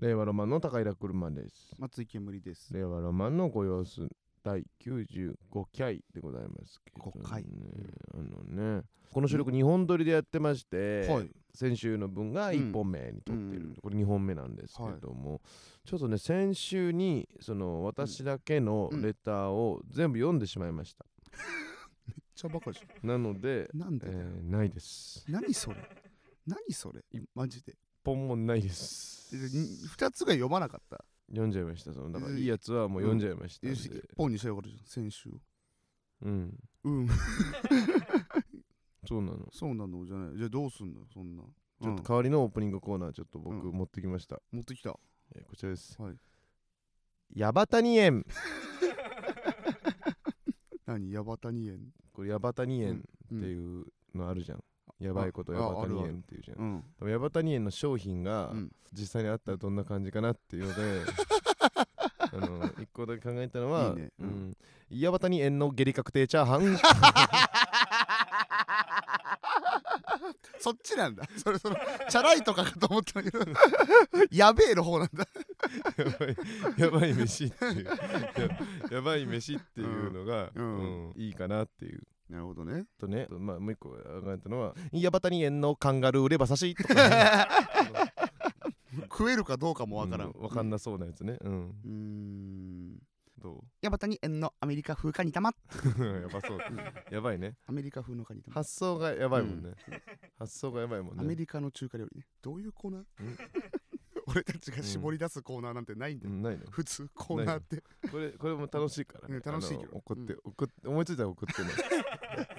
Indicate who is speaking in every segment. Speaker 1: 令和ロマンの高平車です。
Speaker 2: 松井煙です。
Speaker 1: 令和ロマンのご様子第95回でございますけど、ね。
Speaker 2: 5回
Speaker 1: あのね、この収録2本撮りでやってまして、
Speaker 2: はい。
Speaker 1: 先週の分が
Speaker 2: うん
Speaker 1: 1本目に撮っている、
Speaker 2: うん
Speaker 1: これ2本目なんですけども、ちょっとね先週にその私だけのレターを全部読んでしまいました、
Speaker 2: ちゃバカじ
Speaker 1: なので
Speaker 2: ゃ、ん。なんで
Speaker 1: え
Speaker 2: だよ。
Speaker 1: ーないです
Speaker 2: 何それ何それマジで。
Speaker 1: 1本もないです
Speaker 2: えに二つが読まなかった。
Speaker 1: 読んじゃいましたそのだから
Speaker 2: え
Speaker 1: いいやつはもう読んじゃいましたん
Speaker 2: よ
Speaker 1: で
Speaker 2: し、一本にしたらよかったじゃん、先週。
Speaker 1: うん
Speaker 2: うん。
Speaker 1: そうなの
Speaker 2: そうなのじゃない。じゃあどうすんのそんな。
Speaker 1: ちょっ
Speaker 2: う
Speaker 1: と
Speaker 2: ん
Speaker 1: 代わりのオープニングコーナーちょっと僕
Speaker 2: う
Speaker 1: 持ってきました、
Speaker 2: 持ってきた。
Speaker 1: えーこちらです
Speaker 2: はい。
Speaker 1: 矢端園
Speaker 2: 何ヤバタニエン。
Speaker 1: これ矢端園
Speaker 2: う
Speaker 1: って
Speaker 2: ん。
Speaker 1: いうのあるじゃん、やばいこと
Speaker 2: あ
Speaker 1: 矢
Speaker 2: ああ
Speaker 1: 端
Speaker 2: るある
Speaker 1: 園っていうじゃん
Speaker 2: うん。
Speaker 1: でもヤバタニエンの商品が
Speaker 2: うん
Speaker 1: 実際にあったらどんな感じかなっていうの で、あの一個だけ考えたのはい
Speaker 2: いね
Speaker 1: う
Speaker 2: うん
Speaker 1: ん、ヤバタニエンの下痢確定チャーハン
Speaker 2: そっちなんだ。 それその、チャラいとかかと思ったんだけど、 やべえの方なんだ。
Speaker 1: やばいやばい飯っていう ややばい飯っていうのが、
Speaker 2: うんうん
Speaker 1: うんいいかなっていう
Speaker 2: なるほどね。
Speaker 1: とね、まあ、もう一個考えたのはヤバタニエンのカンガルーレバ刺しとか
Speaker 2: 食えるかどうかもわからん。
Speaker 1: うわかんなそうなやつねうん
Speaker 2: うーん。
Speaker 1: ど
Speaker 2: ヤバタニエンのアメリカ風カニ玉。
Speaker 1: う やばそうやばいね
Speaker 2: アメリカ風のカニ玉。
Speaker 1: 発想がやばいもんね、発想がやばいもん
Speaker 2: アメ
Speaker 1: ね
Speaker 2: リカの中華料理ね。どういうコーナー 俺たちが絞り出すコーナーなんてないんだ
Speaker 1: う
Speaker 2: よ。
Speaker 1: ん、ないの
Speaker 2: 普通コーナーって
Speaker 1: これこれも楽しいから、
Speaker 2: ね楽しい
Speaker 1: あ
Speaker 2: けど
Speaker 1: の送って、送って思いついたら送ってね、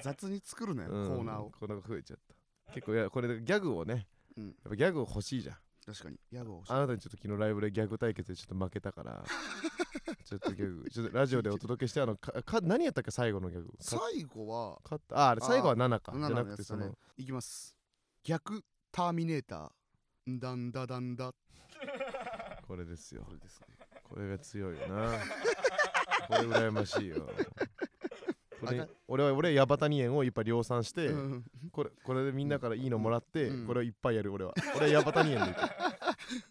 Speaker 2: 雑に作るなよ、
Speaker 1: うん
Speaker 2: コーナーを。
Speaker 1: コーナーが増えちゃった結構いやこれギャグをね、
Speaker 2: うん
Speaker 1: やっぱギャグ欲しいじゃん
Speaker 2: 確かに。ヤゴを
Speaker 1: あなたにちょっと昨日ライブでギャグ対決でちょっと負けたから ちょっとギャグちょっとラジオでお届けしてあのかか何やったっけ最後のギャグか
Speaker 2: 最後は、
Speaker 1: 勝ったああれ
Speaker 2: あー
Speaker 1: 最後は7かじゃ
Speaker 2: 7
Speaker 1: な
Speaker 2: の
Speaker 1: く
Speaker 2: や
Speaker 1: て
Speaker 2: つ
Speaker 1: そ
Speaker 2: だ
Speaker 1: の、
Speaker 2: ね。いきます。逆ターミネーター。んだんだだんだ。
Speaker 1: これですよ
Speaker 2: これですね。
Speaker 1: これが強いよな これ羨ましいよこれ
Speaker 2: 赤
Speaker 1: 俺は俺はヤバタニ園をいっぱい量産して、
Speaker 2: うん
Speaker 1: これこれでみんなからいいのもらって、
Speaker 2: うん
Speaker 1: これをいっぱいやる俺は俺はヤバタニエンでいく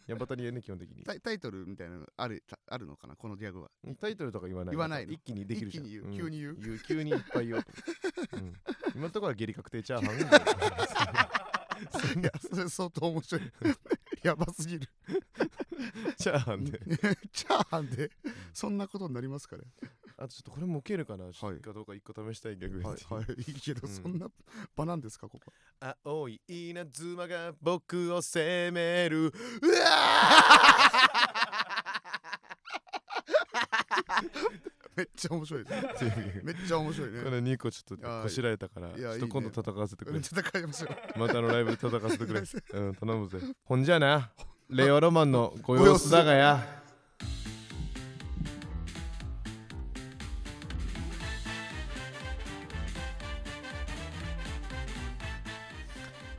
Speaker 1: ヤバタニエンね基本的に
Speaker 2: タイタイトルみたいなのあるたあるのかなこのギャグは。
Speaker 1: タイトルとか言わない
Speaker 2: 言わないの
Speaker 1: 一気にできるじゃん
Speaker 2: 一気に言
Speaker 1: う
Speaker 2: う
Speaker 1: ん
Speaker 2: 急に言う
Speaker 1: 言う急にいっぱい 言おうと思って、うん、今のところは下痢確定チャーハ
Speaker 2: いや、それ相当面 白い。やばすぎる。
Speaker 1: ンチャーハンで
Speaker 2: チャーハンで、そんなことになりますかね。
Speaker 1: あとちょっとこれも受けるかな、ちょっ
Speaker 2: はい
Speaker 1: とかどうか一個試したいギャグやって
Speaker 2: はい、はい、いいけど、
Speaker 1: うん
Speaker 2: そんな場なんですか、ここ。
Speaker 1: 青い稲妻が僕を責めるうわ
Speaker 2: めっちゃ面白いです。
Speaker 1: ーっていう
Speaker 2: めっちゃ面白いね。
Speaker 1: この2個ちょっと
Speaker 2: あー
Speaker 1: こしらえたから
Speaker 2: い
Speaker 1: ち
Speaker 2: や
Speaker 1: ょっ
Speaker 2: いい
Speaker 1: と
Speaker 2: ね
Speaker 1: 今度戦わせてく
Speaker 2: う
Speaker 1: れ
Speaker 2: ん戦いましょう。
Speaker 1: またあのライブで戦わせて くれうん頼むぜほんじゃあな令和ロマンのご様子だがや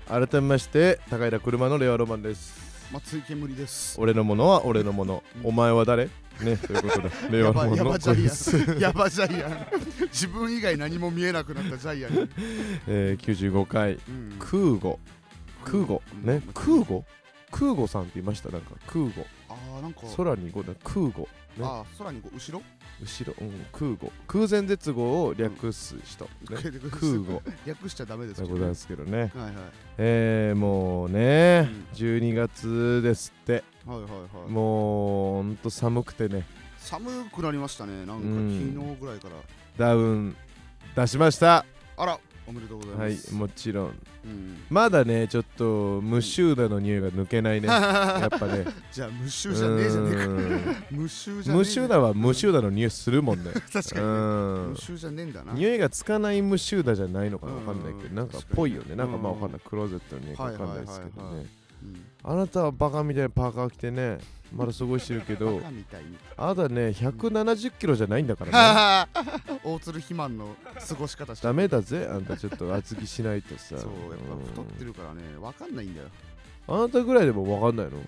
Speaker 1: 改めまして高平車の令和ロマンです
Speaker 2: 松井煙です。
Speaker 1: 俺のものは俺のものお前は誰ねということで令 和ロ
Speaker 2: や
Speaker 1: マ
Speaker 2: ば
Speaker 1: ン
Speaker 2: やば
Speaker 1: の
Speaker 2: ジ
Speaker 1: ご
Speaker 2: ャイ
Speaker 1: 様
Speaker 2: ア
Speaker 1: 子
Speaker 2: ン。 やばジャイアン。自分以外何も見えなくなったジャイア ン。
Speaker 1: えー95回
Speaker 2: うん
Speaker 1: 空語空語
Speaker 2: うん
Speaker 1: ね空語空語さんって言いましたなんか空語
Speaker 2: ああ、なんか、
Speaker 1: 空に語だ空語ね
Speaker 2: あー空にこう後ろ
Speaker 1: 後ろ、うん、空語空前絶後を略す人、ね、空語
Speaker 2: 略しちゃダメです
Speaker 1: で
Speaker 2: け
Speaker 1: ご
Speaker 2: どね
Speaker 1: ざいますけどね
Speaker 2: はいはい。
Speaker 1: えー、もうね
Speaker 2: うん
Speaker 1: 12月ですって
Speaker 2: はいはいはい。
Speaker 1: もうほんと寒くてね
Speaker 2: 寒くなりましたね。なんか、
Speaker 1: う
Speaker 2: 昨
Speaker 1: ん
Speaker 2: 日ぐらいから。
Speaker 1: ダウン出しました
Speaker 2: あら、おめでとうござい
Speaker 1: は
Speaker 2: ま
Speaker 1: い
Speaker 2: す。
Speaker 1: もちろん
Speaker 2: うん
Speaker 1: まだねちょっと無臭だの匂いが抜け ないねやっぱね
Speaker 2: じゃあ、無臭じゃねえじゃねえ か。無臭じゃねえ。
Speaker 1: 無臭。だは無臭だの匂いするもんね
Speaker 2: 確
Speaker 1: う
Speaker 2: かに。
Speaker 1: ん
Speaker 2: 無臭じゃねえんだな。
Speaker 1: 匂いがつかない無臭だじゃないのかな
Speaker 2: うん
Speaker 1: わかんないけどなんかっ
Speaker 2: 確かに
Speaker 1: ぽいよねなんかまあわ
Speaker 2: うん
Speaker 1: かんないクローゼットの匂いかわかんないですけど
Speaker 2: はいはいはいは
Speaker 1: ね
Speaker 2: いうん
Speaker 1: あなたはバカみたいなパーカー着てねまだ過ごしてるけど
Speaker 2: バカみたいに。
Speaker 1: あなたね170キロじゃないんだから ね
Speaker 2: 大 鶴肥満の過ごし方して
Speaker 1: ダメだぜあんたちょっと厚着しないとさ
Speaker 2: そうやっぱ太って
Speaker 1: る
Speaker 2: るからねわかんないんだよ
Speaker 1: あなたぐらいでもわかんないの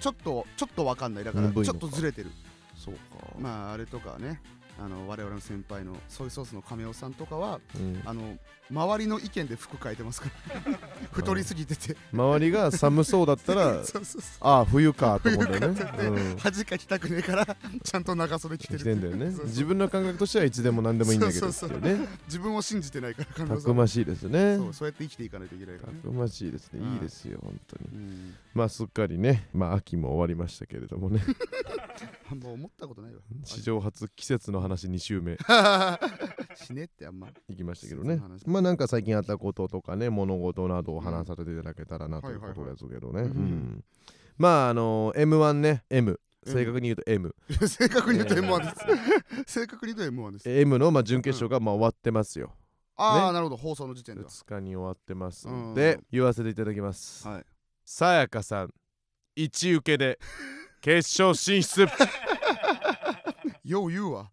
Speaker 2: ちょっとちょっとわかんないだからち
Speaker 1: 鈍いの
Speaker 2: ょ
Speaker 1: か
Speaker 2: っとずれてる
Speaker 1: そうか
Speaker 2: まああれとかねあの我々の先輩のソイソースの亀尾さんとかは
Speaker 1: うん
Speaker 2: あの周りの意見で服変えてますから 太りすぎてて
Speaker 1: 周りが寒そうだったら
Speaker 2: そうそうそ
Speaker 1: ああ冬かと思うんだよね
Speaker 2: 冬かって言っ
Speaker 1: うん
Speaker 2: う恥かきたくねえから ちゃんと長袖着てる
Speaker 1: 着てんだよね
Speaker 2: そうそう
Speaker 1: 自分の感覚としてはいつでも何でもいいんだけどって
Speaker 2: そ
Speaker 1: いう
Speaker 2: そうう
Speaker 1: ね
Speaker 2: 自分を信じてないから彼
Speaker 1: た
Speaker 2: 女
Speaker 1: くましいですね
Speaker 2: そうそうやって生きていかないといけないか
Speaker 1: た
Speaker 2: らね
Speaker 1: くましいですね
Speaker 2: うん
Speaker 1: いいですよ本当に
Speaker 2: うん
Speaker 1: まあすっかりねまあ秋も終わりましたけれど もね
Speaker 2: あんま思ったことないわ
Speaker 1: 史上初季節の話2週目
Speaker 2: 死ねってあんま
Speaker 1: いきましたけど
Speaker 2: 季
Speaker 1: ね
Speaker 2: 節の話
Speaker 1: まあなんか最近あったこととかね物事などを話させていただけたらなということですけどね
Speaker 2: は
Speaker 1: う
Speaker 2: いはいはい
Speaker 1: んまああの M1 ね M
Speaker 2: うん
Speaker 1: 正確に言うと M
Speaker 2: 正確に言うと M1 です正確に言うと M1 です
Speaker 1: M のまあ準決勝がまあ終わってますよ
Speaker 2: あ
Speaker 1: ね
Speaker 2: あなるほど放送の時点では
Speaker 1: 2日に終わってますん
Speaker 2: う
Speaker 1: で
Speaker 2: ん
Speaker 1: 言わせていただきます
Speaker 2: はい
Speaker 1: さやかさん一受け で決勝進出
Speaker 2: よう言うわ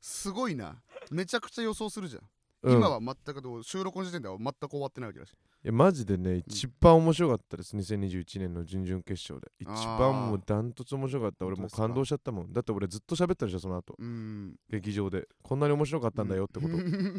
Speaker 2: すごいなめちゃくちゃ予想するじゃん、
Speaker 1: うん
Speaker 2: 今は全くどう収録の時点では全く終わってないわけだし
Speaker 1: いやマジでね一番面白かったです2021年の準々決勝で一番もうダントツ面白かった俺もう感動しちゃったもんだって俺ずっと喋ったでしょその後
Speaker 2: うーん
Speaker 1: 劇場でこんなに面白かったんだよってこと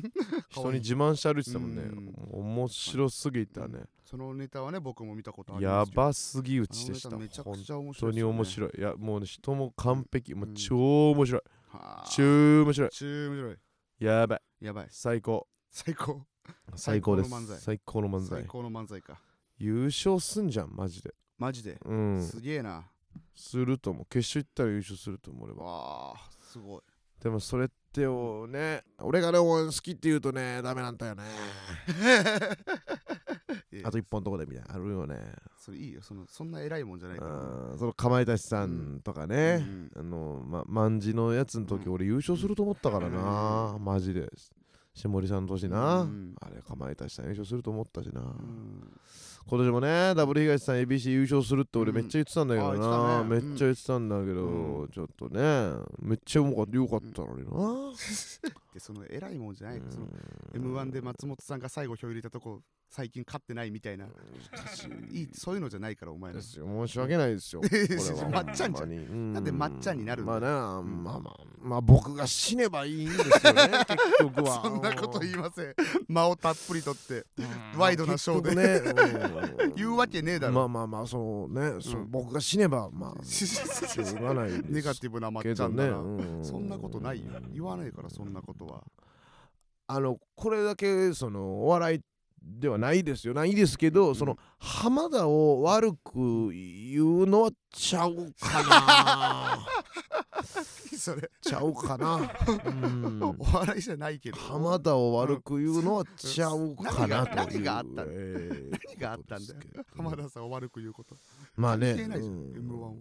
Speaker 1: 人に自慢して歩いてたもんね面白すぎたね
Speaker 2: そのネタはね僕も見たことありま
Speaker 1: や
Speaker 2: すけど
Speaker 1: ばすぎ打ちでし
Speaker 2: あ
Speaker 1: た
Speaker 2: の
Speaker 1: 本
Speaker 2: ネタめちゃくちゃ面
Speaker 1: 当
Speaker 2: 白いですよね、
Speaker 1: に面白いいやもうね人も完璧もううん超面白い
Speaker 2: はあ
Speaker 1: 超面白い
Speaker 2: 中面白い
Speaker 1: やばい
Speaker 2: やばい
Speaker 1: 最高
Speaker 2: 最高
Speaker 1: 最高です最
Speaker 2: 最
Speaker 1: 高の漫
Speaker 2: 最
Speaker 1: 才
Speaker 2: 高の漫才か
Speaker 1: 優勝すんじゃんマジで
Speaker 2: マジで、
Speaker 1: うん
Speaker 2: すげえな
Speaker 1: すると思う決勝行ったら優勝すると思う俺は
Speaker 2: わあす ごい
Speaker 1: でもそれってよね俺がね応援好きって言うとねダメなんだよね
Speaker 2: いや
Speaker 1: あと一本とこでみたいなあるよね
Speaker 2: それいいよそのそんな偉いもんじゃないから
Speaker 1: うんそのかまいたちさんとか
Speaker 2: う
Speaker 1: ね、
Speaker 2: ん
Speaker 1: あのま万事のやつの時
Speaker 2: うん
Speaker 1: 俺優勝すると思ったからな、マジで下森さんの年な、
Speaker 2: うん
Speaker 1: あれかまいたちさん優勝すると思ったしな、
Speaker 2: うん
Speaker 1: 今年もねダブル東さん ABC 優勝するって俺
Speaker 2: うん
Speaker 1: めっちゃ言ってたんだけどな、
Speaker 2: あ言ってたね
Speaker 1: めっ
Speaker 2: うん
Speaker 1: ちゃ言ってたんだけど、
Speaker 2: う
Speaker 1: ちょっとねめっちゃうまかったよかったのにな、
Speaker 2: でその偉いもんじゃない、
Speaker 1: うん
Speaker 2: その M1 で松本さんが最後票入れたとこ最近勝ってないみたいな、いいそういうのじゃないからお前
Speaker 1: で
Speaker 2: ら
Speaker 1: すよ申し訳ない ですよ。これは
Speaker 2: まっちゃんじゃん
Speaker 1: ほまにうん
Speaker 2: だってまっちゃんになるんだ
Speaker 1: まあ
Speaker 2: よ
Speaker 1: ね、
Speaker 2: ん
Speaker 1: まあまあ、まあ僕が死ねばいいんです よね、結局は。
Speaker 2: そんなこと言いません間をたっぷりとって
Speaker 1: うん
Speaker 2: ワイドなショー
Speaker 1: 結
Speaker 2: で
Speaker 1: 局ね
Speaker 2: 言うわけねえだろ
Speaker 1: まあまあまあ、そうね、そう
Speaker 2: うん
Speaker 1: 僕が死ねば、まあ、しょうがないです
Speaker 2: ネガティブなまっち
Speaker 1: け
Speaker 2: ゃ
Speaker 1: ど
Speaker 2: ん
Speaker 1: ね
Speaker 2: だな、
Speaker 1: う
Speaker 2: そんなことないよ言わないからそんなこ とは
Speaker 1: あのこれだけそのお笑いではないですよないですけど、
Speaker 2: うん
Speaker 1: その浜田を悪く言うのはちゃうかな
Speaker 2: それ
Speaker 1: ちゃうかな、うん
Speaker 2: お笑いじゃないけど
Speaker 1: 浜田を悪く言うのはちゃうかな
Speaker 2: 何が
Speaker 1: という
Speaker 2: 何があったんだ
Speaker 1: えー
Speaker 2: 何があったんだ
Speaker 1: こと
Speaker 2: よ
Speaker 1: ですけど
Speaker 2: 浜田さんを悪く言うこと
Speaker 1: まあね
Speaker 2: 関係ないじゃん M1 は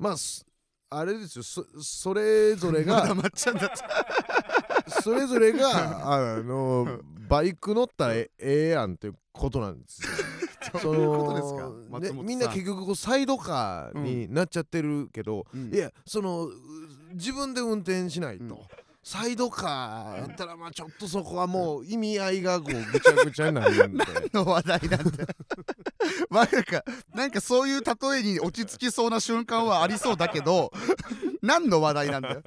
Speaker 1: まあすあれですよそそれぞれが
Speaker 2: まだまっちゃんだった
Speaker 1: それぞれがあのバイク乗ったらええやんってことなんですよ。
Speaker 2: どういうことですか
Speaker 1: その
Speaker 2: 松本
Speaker 1: ね
Speaker 2: さん
Speaker 1: みんな結局こうサイドカーになっちゃってるけど、
Speaker 2: うん
Speaker 1: いやそのう自分で運転しないと。
Speaker 2: うん
Speaker 1: サイドカーやったらまあちょっとそこはもう意味合いがこうぐちゃぐちゃになるんで
Speaker 2: の話題なんだよ まあなんかなんかそういう例えに落ち着きそうな瞬間はありそうだけど 何の話題なんだよ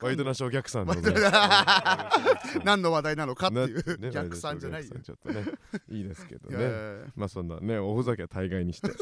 Speaker 1: ワイドナショー逆さん
Speaker 2: ワイドナ 何の話題なのかっていう
Speaker 1: ね
Speaker 2: 逆算じゃないよ
Speaker 1: ワイドナショー逆さんちょっとねいいですけど
Speaker 2: いやいやい
Speaker 1: ね
Speaker 2: や
Speaker 1: まあそんなねおふざけは大概に してさ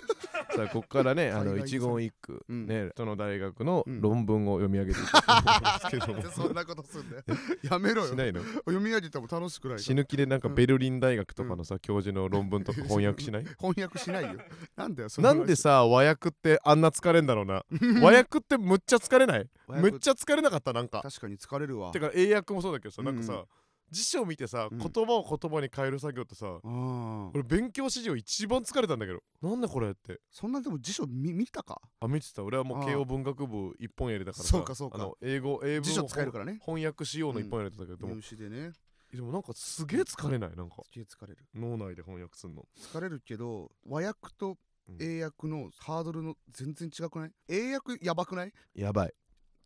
Speaker 1: あここからねあ
Speaker 2: 大概
Speaker 1: の
Speaker 2: に
Speaker 1: 一言一句
Speaker 2: うん
Speaker 1: ねその大学の
Speaker 2: うん
Speaker 1: 論文を読み上げていきた いと思うんで
Speaker 2: なんです
Speaker 1: け
Speaker 2: そ
Speaker 1: ど
Speaker 2: んなことすん だよやめろ
Speaker 1: も
Speaker 2: よ
Speaker 1: しないの
Speaker 2: 読み上げても楽しくないか
Speaker 1: 死
Speaker 2: ら
Speaker 1: ぬ気でなんか
Speaker 2: うん
Speaker 1: ベルリン大学とかのさ教授の論文とか翻訳しない
Speaker 2: 翻訳しないよなんだよ その
Speaker 1: な
Speaker 2: 話
Speaker 1: んでさ和訳ってあんな疲れんだろうな和訳ってむっちゃ疲れない
Speaker 2: 和
Speaker 1: む
Speaker 2: 訳
Speaker 1: っちゃ疲れなかったなんか
Speaker 2: 確かに疲れるわ
Speaker 1: てか英訳もそうだけどさなんか
Speaker 2: う
Speaker 1: さ
Speaker 2: ん
Speaker 1: 辞書を見てさ
Speaker 2: うん
Speaker 1: 言葉を言葉に変える作業ってさ
Speaker 2: ああ
Speaker 1: 俺勉強史上一番疲れたんだけどなんだこれって
Speaker 2: そんなでも辞書見見たか
Speaker 1: あ見てた俺はも
Speaker 2: あ
Speaker 1: う
Speaker 2: あ
Speaker 1: 慶応文学部一本やりだからさ
Speaker 2: そうかそうか
Speaker 1: あの英語英文を
Speaker 2: 辞書使えるからね
Speaker 1: 翻訳しようの一本やりだったけど、
Speaker 2: 入試でね
Speaker 1: でもなんかすげえ疲れないなんか
Speaker 2: すげえ疲れる
Speaker 1: 脳内で翻訳すんの
Speaker 2: 疲れるけど和訳と英訳のハードルの全然違くない英訳やばくない
Speaker 1: やばい、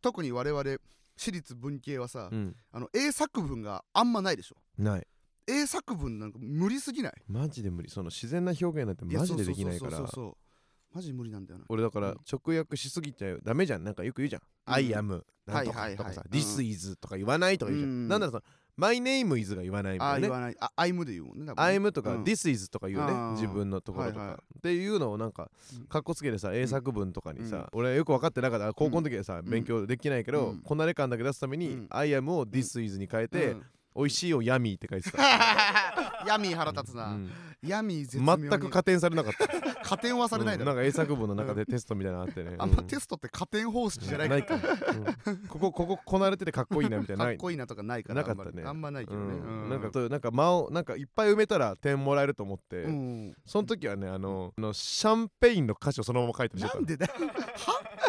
Speaker 2: 特に我々私立文系はさ、
Speaker 1: うん、
Speaker 2: あの英作文があんまないでしょ
Speaker 1: ない
Speaker 2: 英作文なんか無理すぎない
Speaker 1: マジで無理その自然な表現なんて
Speaker 2: いや
Speaker 1: マジでできないか
Speaker 2: そう
Speaker 1: ら
Speaker 2: そうそうそうそうマジ無理なんだよな
Speaker 1: 俺だから
Speaker 2: うん
Speaker 1: 直訳しすぎちゃうダメじゃんなんかよく言うじゃん「I am」なんと
Speaker 2: は
Speaker 1: か
Speaker 2: いはいはい
Speaker 1: とかさ
Speaker 2: う
Speaker 1: 「
Speaker 2: ん
Speaker 1: This is」とか言わないとか言うじゃ
Speaker 2: うん
Speaker 1: んなんだろう「My name is」が言わないみた
Speaker 2: ああ
Speaker 1: い
Speaker 2: 言
Speaker 1: なね
Speaker 2: わないあアイムで言うもんね
Speaker 1: 「I'm」とか
Speaker 2: うん
Speaker 1: 「This is」とか言う
Speaker 2: あ
Speaker 1: ね
Speaker 2: ー
Speaker 1: 自分のところと
Speaker 2: はいはい
Speaker 1: かっていうのをなんか
Speaker 2: うん
Speaker 1: かっこつけてさ英作文とかに
Speaker 2: うん
Speaker 1: さ俺よく分かってなかった高校の時はさ
Speaker 2: ん
Speaker 1: 勉強できないけ
Speaker 2: う
Speaker 1: ど
Speaker 2: ん
Speaker 1: こなれ感だけ出すため
Speaker 2: う
Speaker 1: に「
Speaker 2: ん
Speaker 1: I am」を「This is」に変えて
Speaker 2: うん
Speaker 1: 「美味しい」を「Yummy」って書いてた
Speaker 2: ヤミー腹立つ
Speaker 1: う
Speaker 2: なんヤミー絶妙
Speaker 1: 全
Speaker 2: に
Speaker 1: く加点されなかった
Speaker 2: 加点はされない
Speaker 1: うん
Speaker 2: だ
Speaker 1: な
Speaker 2: ろ
Speaker 1: んか英作文の中でテストみたいなのあってね
Speaker 2: あんまテストって加点方式じゃないか
Speaker 1: ないか、うんこここここなれててかっこいいなみたいな
Speaker 2: らか
Speaker 1: な
Speaker 2: っ
Speaker 1: い
Speaker 2: こいいなとかないから
Speaker 1: なかったね
Speaker 2: あんまないけ
Speaker 1: う
Speaker 2: どね
Speaker 1: んなんかそうなんか間をなんかいっぱい埋めたら点もらえると思って、
Speaker 2: うん
Speaker 1: その時はねあのあのシャンペインの歌詞をそのまま書いてる
Speaker 2: なんでだよ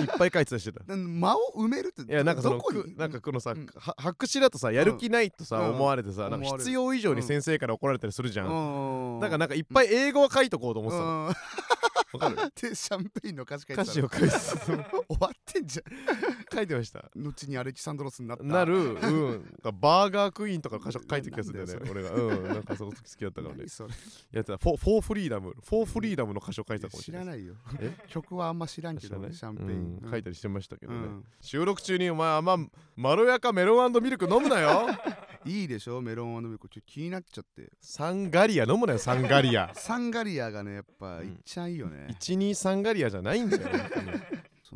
Speaker 1: いっぱい書いてたりしてた
Speaker 2: 間を埋めるって
Speaker 1: いやなんかその
Speaker 2: どこ
Speaker 1: く
Speaker 2: に
Speaker 1: なんかこのさ、
Speaker 2: うん
Speaker 1: は白紙だとさやる気ないとさ、
Speaker 2: うん
Speaker 1: 思われてさ、
Speaker 2: うん
Speaker 1: なん
Speaker 2: 思
Speaker 1: か
Speaker 2: われる
Speaker 1: 必要以上に先生から怒られたりするじゃん、
Speaker 2: うん
Speaker 1: だからなんかいっぱい英語は書いとこうと思ってたのわ、
Speaker 2: うん
Speaker 1: かる
Speaker 2: でシャンペインの歌詞書い
Speaker 1: 歌
Speaker 2: てた
Speaker 1: 詞
Speaker 2: ら
Speaker 1: を書いてた
Speaker 2: 終わってんじゃ
Speaker 1: 書いてました
Speaker 2: ん後にアレキサンドロスになった
Speaker 1: なる、うん、バーガークイーンとか歌詞書いてる気がするんだよね
Speaker 2: な
Speaker 1: 俺がうんなんかその時好きだったからね
Speaker 2: 何それ
Speaker 1: やってたフォーフォーフリーダムフォーフリーダムの歌詞を書いてたかもし
Speaker 2: 知
Speaker 1: れな
Speaker 2: ら
Speaker 1: い
Speaker 2: ないよ
Speaker 1: え
Speaker 2: 曲はあんま知らんけ
Speaker 1: 知
Speaker 2: ど
Speaker 1: らない
Speaker 2: ねシャンペイン
Speaker 1: う
Speaker 2: うんん
Speaker 1: 書いたりしてましたけど
Speaker 2: う
Speaker 1: ね、
Speaker 2: ん
Speaker 1: 収録中にお前あんままろやかメロンミルク飲むなよ
Speaker 2: いいでしょメロンミルクちょっと気になっちゃって
Speaker 1: サンガリア飲むなよサンガリ ア
Speaker 2: サンガリアがねやっぱ
Speaker 1: うん
Speaker 2: いっちゃいいよね
Speaker 1: 12サンガリアじゃないんだよ本当に
Speaker 2: そ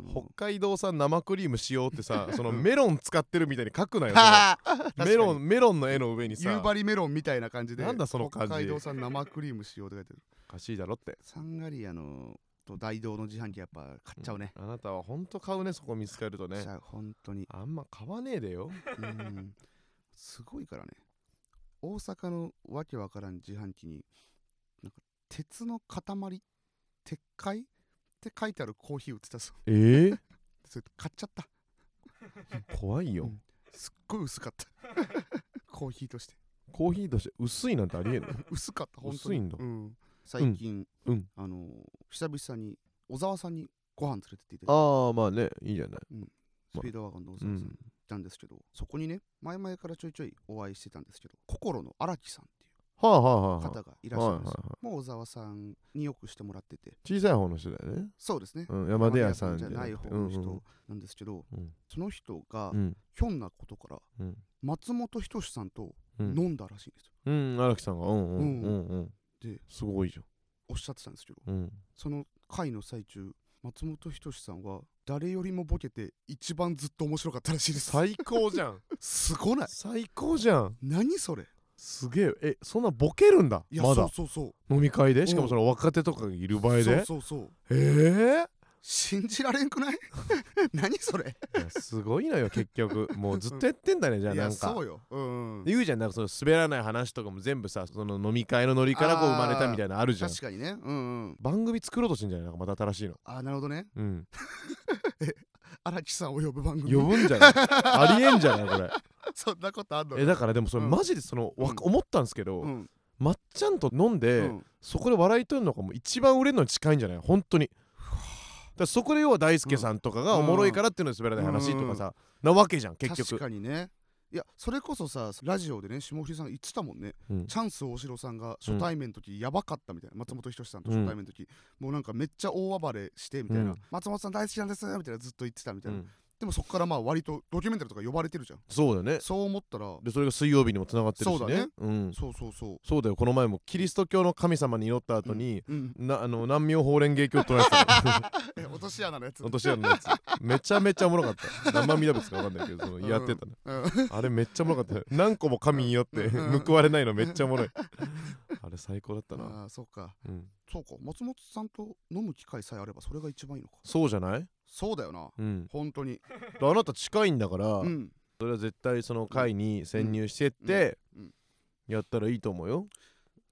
Speaker 1: 北
Speaker 2: の
Speaker 1: 海道産生クリーム使用って さそのメロン使ってるみたいに書 くなよ そのメ
Speaker 2: メ
Speaker 1: ロ
Speaker 2: ロン
Speaker 1: ンメロンの絵の上に
Speaker 2: 夕
Speaker 1: さ
Speaker 2: 張メロンみたいな感じで
Speaker 1: なんだその感じ
Speaker 2: 北海道産生クリーム使用って書いてある
Speaker 1: おかしいだろって
Speaker 2: サンガリアのと大道の自販機やっぱ買っちゃうね、
Speaker 1: あなたはほんと買うねそこ見つかるとね
Speaker 2: じゃあ本当に
Speaker 1: あんま買わねえでよ
Speaker 2: うんすごいからね大阪のわけわからん自販機になんか鉄の塊鉄塊って書いてあるコーヒー売ってたそう
Speaker 1: えー、
Speaker 2: それ買っちゃった
Speaker 1: 怖いよ、
Speaker 2: うんすっごい薄かった コーヒーとして
Speaker 1: コーヒーとして薄いなんてありえない
Speaker 2: 薄かった本当
Speaker 1: 薄
Speaker 2: に
Speaker 1: いんだ
Speaker 2: うん最近、
Speaker 1: うん
Speaker 2: あのー久々に小沢さんにご飯連れてっていただいて
Speaker 1: ああまあねいいじゃない
Speaker 2: スピードワゴンの小
Speaker 1: う
Speaker 2: 沢さんに、
Speaker 1: ん
Speaker 2: なんですけどそこにね前々からちょいちょいお会いしてたんですけど心の荒木さんってい
Speaker 1: はあはあはあ
Speaker 2: う
Speaker 1: は
Speaker 2: 方
Speaker 1: あ
Speaker 2: がいらっしゃるんですよ、
Speaker 1: はいはいは
Speaker 2: もう小沢さんによくしてもらってて
Speaker 1: 小さい方の人だよね、
Speaker 2: そうですね
Speaker 1: うん、山出屋さん
Speaker 2: 山出屋じゃない方の人なんですけど、
Speaker 1: うん
Speaker 2: その人が
Speaker 1: うん
Speaker 2: ひょんなことから
Speaker 1: うん
Speaker 2: 松本人志さんと
Speaker 1: うんうん
Speaker 2: 飲んだらしいんですよ、
Speaker 1: うん荒木さんがうんうん
Speaker 2: う
Speaker 1: うんんうん
Speaker 2: です
Speaker 1: ごいじ
Speaker 2: おっしゃってたんですけど
Speaker 1: ゃんうん
Speaker 2: その会の最中松本人志さんは誰よりもボケて一番ずっと面白かったらしいです
Speaker 1: 最高じゃん
Speaker 2: すごない
Speaker 1: 最高じゃん
Speaker 2: 何それ
Speaker 1: すげええそんなボケるんだ
Speaker 2: いや、
Speaker 1: ま
Speaker 2: そう
Speaker 1: だ
Speaker 2: そうそう
Speaker 1: 飲み会
Speaker 2: うん
Speaker 1: でしかもその若手とかがいる場合
Speaker 2: そう
Speaker 1: で
Speaker 2: そうそう
Speaker 1: ええ
Speaker 2: 信じられん くない何それ
Speaker 1: いやすごいのよ結局もうずっとやってんだねじゃあ
Speaker 2: い
Speaker 1: な
Speaker 2: や
Speaker 1: んか
Speaker 2: そうよ、うんうん
Speaker 1: 言うじゃんなんかその滑らない話とかも全部さその飲み会のノリからこう
Speaker 2: あー
Speaker 1: 生まれたみたいなのあるじゃん
Speaker 2: 確かにねうんうん
Speaker 1: 番組作ろうとしてんじゃないなんかまた新しいの
Speaker 2: あーなるほどね
Speaker 1: うん
Speaker 2: 荒木さんを呼ぶ番組
Speaker 1: 呼ぶんじゃないありえんじゃないこ
Speaker 2: そんなことあんの
Speaker 1: れえだからでもそれ
Speaker 2: うん
Speaker 1: マジでその、わ
Speaker 2: うん
Speaker 1: 思ったんですけど、
Speaker 2: うん
Speaker 1: まっちゃんと飲ん
Speaker 2: う
Speaker 1: で、
Speaker 2: ん
Speaker 1: そこで笑いとるのがもう一番売れるのに近いんじゃない本当にだからそこで要は大輔さんとかが
Speaker 2: うん
Speaker 1: おもろいからっていうので滑らない話とかさ、なわけじゃん結
Speaker 2: 確
Speaker 1: 局
Speaker 2: かにねいやそれこそさラジオでね下振さん言ってたもんね、
Speaker 1: うん
Speaker 2: チャンス大城さんが初対面の時やばかったみたいな、松本人志さんと初対面の時、もうなんかめっちゃ大暴れしてみたいな、
Speaker 1: うん
Speaker 2: 松本さん大好きなんですみたいなずっと言ってたみた
Speaker 1: う
Speaker 2: いな、
Speaker 1: ん
Speaker 2: でもそっからまあ割とドキュメンタリーとか呼ばれてるじゃん
Speaker 1: そうだよね
Speaker 2: そう思ったら
Speaker 1: でそれが水曜日にもつながってるしね
Speaker 2: そうだね
Speaker 1: うん、
Speaker 2: そうそうそう
Speaker 1: そうだよこの前もキリスト教の神様に祈った後に、
Speaker 2: うん、
Speaker 1: なあの難民法蓮華経唱えてたの
Speaker 2: え落とし穴のやつ、
Speaker 1: 落とし穴のやつめちゃめちゃおもろかった生身だ仏か分かんないけどそのやってたの、
Speaker 2: うん、
Speaker 1: あれめっちゃおもろかった何個も神によって
Speaker 2: うんうん
Speaker 1: 報われないのめっちゃお もろいあれ最高だったな、
Speaker 2: ああそうか
Speaker 1: うん、
Speaker 2: そうか松本さんと飲む機会さえあればそれが一番いいのか
Speaker 1: そうじゃない、
Speaker 2: そうだよな
Speaker 1: うん、
Speaker 2: 本当に
Speaker 1: あなた近いんだから、
Speaker 2: うん
Speaker 1: それは絶対その会に潜入してって
Speaker 2: うんうん
Speaker 1: やったらいいと思うよ